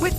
With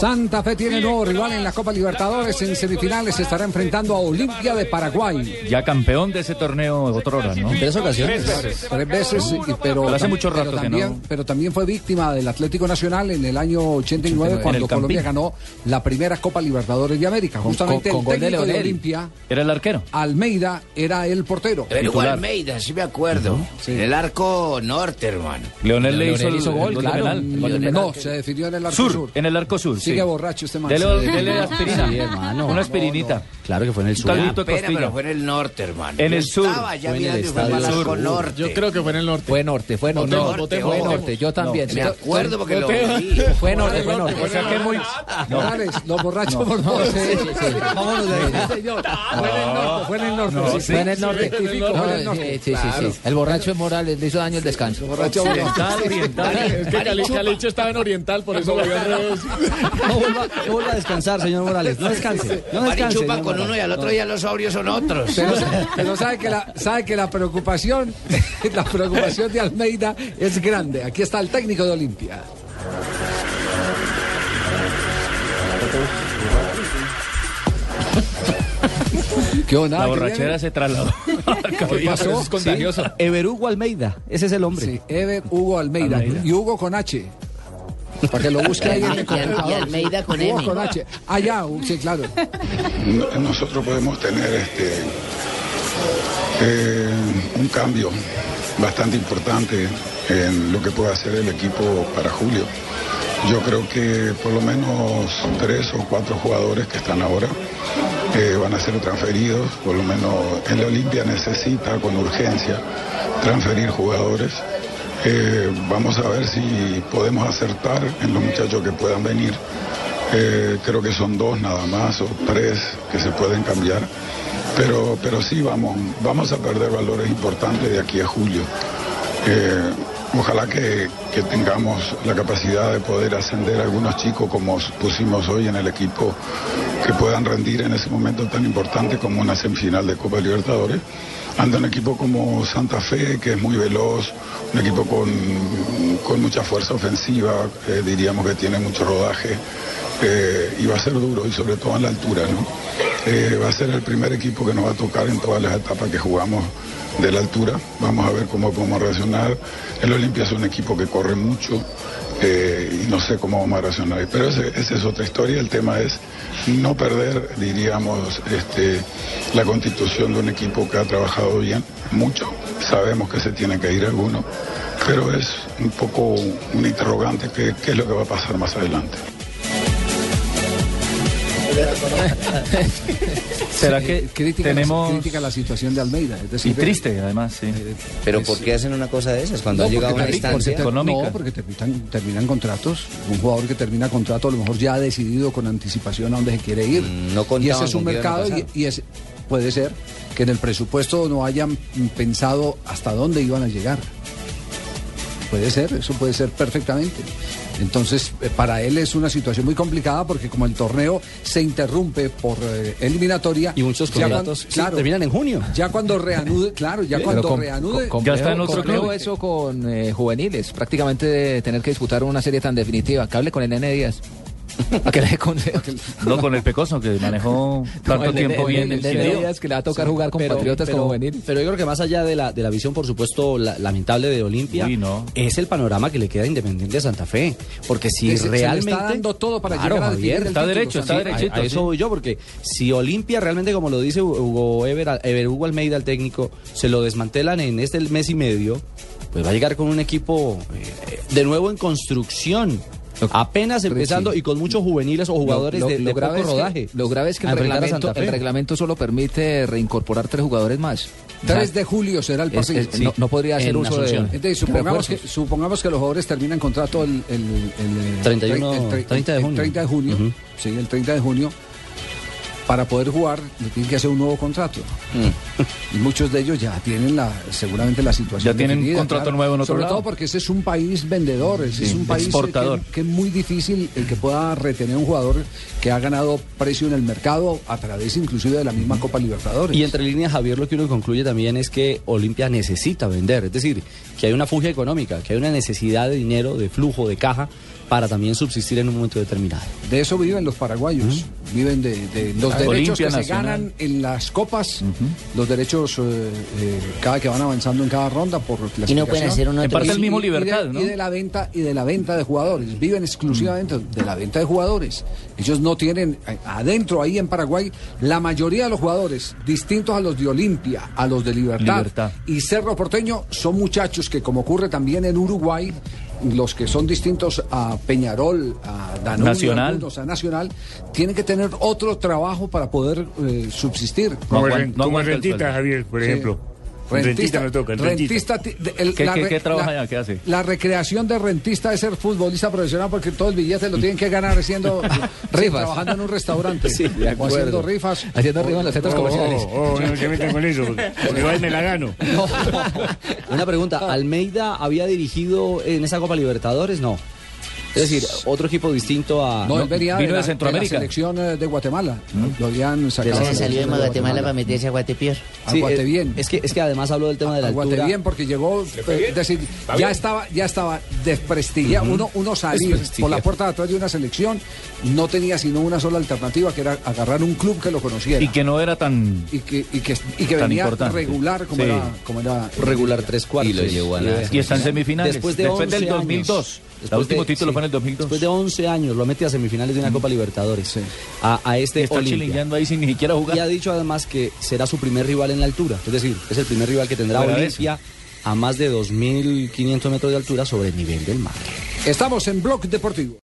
Santa Fe tiene nuevo rival en la Copa Libertadores. En semifinales se estará enfrentando a Olimpia de Paraguay. Ya campeón de ese torneo otrora, ¿no? Tres ocasiones. Tres veces. y- pero, Pero hace tam- mucho rato pero que también, no. pero también fue víctima del Atlético Nacional en el año 89, En cuando el Campín. Colombia ganó la primera Copa Libertadores de América. Justamente con- con gol el de técnico de, Leonel. Olimpia, Ah, Era el arquero. Almeida, era el portero. Pero Titular. Almeida, sí me acuerdo. sí. En El arco norte, hermano. Leonel le Leonel hizo, el- hizo el gol, de claro. penal. El gol de penal. No, se definió en el arco Sur, sur. en el arco sur. Sigue sí. borracho este man. Dele, Sí. dele aspirina. Sí, hermano. Una aspirinita. Claro que fue en el Un sur. caldito de Pena, pero costilla. fue en el norte, hermano. En Yo el sur. Estaba ya Fue en el mirando y fue estadio al arco sur. norte. Yo creo que fue en el norte. Fue norte, fue norte. Votemos, votemos, fue votemos. norte, yo también. Me acuerdo porque lo Votemos. vi. Fue norte, fue norte. O sea que es muy- Morales, los borrachos, por favor. Vámonos de ahí. Sí, señor. Fue en el norte, fue en el norte. sí, Fue en el norte. Rectifico, fue en el No, norte. sí, sí, sí, sí. El borracho de Morales le hizo daño el descanso. Borracho, borracho. Oriental, oriental. Es que Cali- Caliche estaba en Oriental, por eso lo vi al revés. No vuelva, no vuelva a descansar, señor Morales. No descanse. No descanse. Marichupa señor con uno y Morales. al otro ya los sobrios son otros. Pero, pero sabe que la sabe que la preocupación la preocupación de Almeida es grande. Aquí está el técnico de Olimpia. ¿Qué onda? La ¿Qué borrachera viene? se trasladó. ¿Qué pasó? Es contagioso. Ever Hugo Almeida, ese es el hombre. Sí, Ever Hugo Almeida. Almeida. Y Hugo con H. Para que lo busque ahí en el computador. Almeida con Hugo M. con H. Allá, sí, claro. No- Nosotros podemos tener este, eh, un cambio bastante importante en lo que puede hacer el equipo para julio. Yo creo que por lo menos tres o cuatro jugadores que están ahora eh, van a ser transferidos, por lo menos el Olimpia necesita con urgencia transferir jugadores. Eh, vamos a ver si podemos acertar en los muchachos que puedan venir. Eh, creo que son dos nada más o tres que se pueden cambiar. Pero, pero sí, vamos, vamos a perder valores importantes de aquí a julio. Eh, ojalá que, que tengamos la capacidad de poder ascender a algunos chicos como pusimos hoy en el equipo, que puedan rendir en ese momento tan importante como una semifinal de Copa Libertadores. Ante un equipo como Santa Fe, que es muy veloz, un equipo con, con mucha fuerza ofensiva, eh, diríamos que tiene mucho rodaje, eh, y va a ser duro, y sobre todo en la altura, ¿no? Eh, va a ser el primer equipo que nos va a tocar en todas las etapas que jugamos de la altura. Vamos a ver cómo podemos reaccionar. El Olimpia es un equipo que corre mucho eh, y no sé cómo vamos a reaccionar. Pero ese- esa es otra historia. El tema es no perder, diríamos, este, la constitución de un equipo que ha trabajado bien, mucho. Sabemos que se tiene que ir alguno, pero es un poco un interrogante qué qué es lo que va a pasar más adelante. ¿Será que Eh, crítica tenemos... la, crítica Eh, la situación de Almeida. Es decir, Y triste, además, sí. Pero ¿por qué hacen una cosa de esas? Cuando No, ha llegado a porque una termi- porque instancia. ter- económica. No, porque terminan, terminan contratos. Un jugador que termina contrato a lo mejor ya ha decidido con anticipación a dónde se quiere ir. Mm, no y contaban ese es un con que iban a mercado y, pasar. y ese- puede ser que en el presupuesto no hayan mm, pensado hasta dónde iban a llegar. Puede ser, eso puede ser perfectamente. Entonces, eh, para él es una situación muy complicada porque como el torneo se interrumpe por eh, eliminatoria... Y muchos ya cuan- contratos sí, claro, terminan en junio. ya cuando reanude, claro, ya Pero cuando com- reanude... com- Ya está en otro complejo club. eso con eh, juveniles, prácticamente de tener que disputar una serie tan definitiva. Que hable con el Nene Díaz. A que le dé consejos. No, con el Pecoso, que manejó tanto El Nene- tiempo el bien. Nene el sitio. Díaz que le va a tocar jugar con patriotas como juvenil. Pero yo creo que más allá de la, de la visión, por supuesto, la- lamentable de Olimpia, Uy, no. es el panorama que le queda a Independiente a Santa Fe. Porque si Se- se le está realmente. dando todo para Claro, llegar a definir Javier, el Está título, derecho, está Santi. derecho. A, a sí. eso voy yo, porque si Olimpia realmente, como lo dice Hugo Ever, Ever Hugo Almeida, el técnico, se lo desmantelan en este mes y medio, pues va a llegar con un equipo eh, de nuevo en construcción. Apenas empezando y con muchos juveniles o jugadores Lo- lo- de, lo de grave poco es que- rodaje. lo grave es que A el enfrentar a reglamento, Santa el Fe. reglamento solo permite reincorporar tres jugadores más. 3 de julio será el Es- partido. es- no, no podría hacer uso de... Entonces, supongamos que, supongamos que los jugadores terminan contrato el, el, el- el- 31, el- el- 30 de el junio. 30 de junio. Sí, el 30 de junio. Para poder jugar, le tienen que hacer un nuevo contrato. Y muchos de ellos ya tienen la, seguramente la situación. Mm. Ya tienen definida, contrato nuevo en otro Sobre lado. todo porque ese es un país vendedor, ese es Sí, un país eh, exportador. Que, que es muy difícil el que pueda retener un jugador que ha ganado precio en el mercado a través inclusive de la misma Copa Libertadores. Y entre líneas, Javier, lo que uno concluye también es que Olimpia necesita vender, es decir, que hay una fuga económica, que hay una necesidad de dinero, de flujo, de caja, para también subsistir en un momento determinado. De eso viven los paraguayos, viven de, de los Ah, derechos Olimpia que se Nacional. ganan en las copas, los derechos eh, eh, cada que van avanzando en cada ronda por clasificación. En parte el mismo Y- y de- Libertad, ¿no? Y de la venta y de la venta de jugadores, viven exclusivamente de la venta de jugadores. Ellos no tienen eh, adentro ahí en Paraguay la mayoría de los jugadores distintos a los de Olimpia, a los de Libertad, Libertad. y Cerro Porteño son muchachos que como ocurre también en Uruguay los que son distintos a Peñarol, a Danubio, Nacional. algunos a Nacional, tienen que tener otro trabajo para poder eh, subsistir. No Como, aguan- ren- no como aguanta el rentista, sueldo. Javier, por ejemplo. Rentista, me toca, el rentista ti- de- el- ¿Qué- la qué- re- qué trabaja la- ya? ¿Qué hace? La recreación de rentista es ser futbolista profesional porque todo el billete lo tienen que ganar siendo rifas, trabajando en un restaurante o haciendo rifas. Haciendo arriba en los centros Oh, comerciales. oh, oh, no se metan con eso, porque porque va y me la gano. Una pregunta, ¿Almeida había dirigido en esa Copa Libertadores? No. Es decir, otro equipo distinto a... No, él venía vino de de, la, Centroamérica. de la selección eh, de Guatemala. Lo habían sacado. Se de la salió de selección Guatemala para meterse a Guatepeor. Sí, eh, Aguate bien. Es que, es que además habló del tema de la Aguante altura. bien porque llegó, eh, es decir, ya estaba, ya estaba desprestigiado. Uno, uno salía por la puerta de atrás de una selección, no tenía sino una sola alternativa que era agarrar un club que lo conociera. Y que no era tan... y que, y que, y que Tan venía importante. regular como, Sí. era, como era regular tres cuartos. Y lo llevó a Sí, la- es- Y está en semifinales. Después, de Después del 11 años. 2002. El Después último de- título sí. fue en el 2002. Después de 11 años lo mete a semifinales de una Copa Libertadores. A, a este Mm. Está Olimpia. chilingueando ahí sin ni siquiera jugar. Y ha dicho además que será su primer rival en la altura. Es decir, es el primer rival que tendrá Fuera de Olimpia a más de 2.500 metros de altura sobre el nivel del mar. Estamos en Blog Deportivo.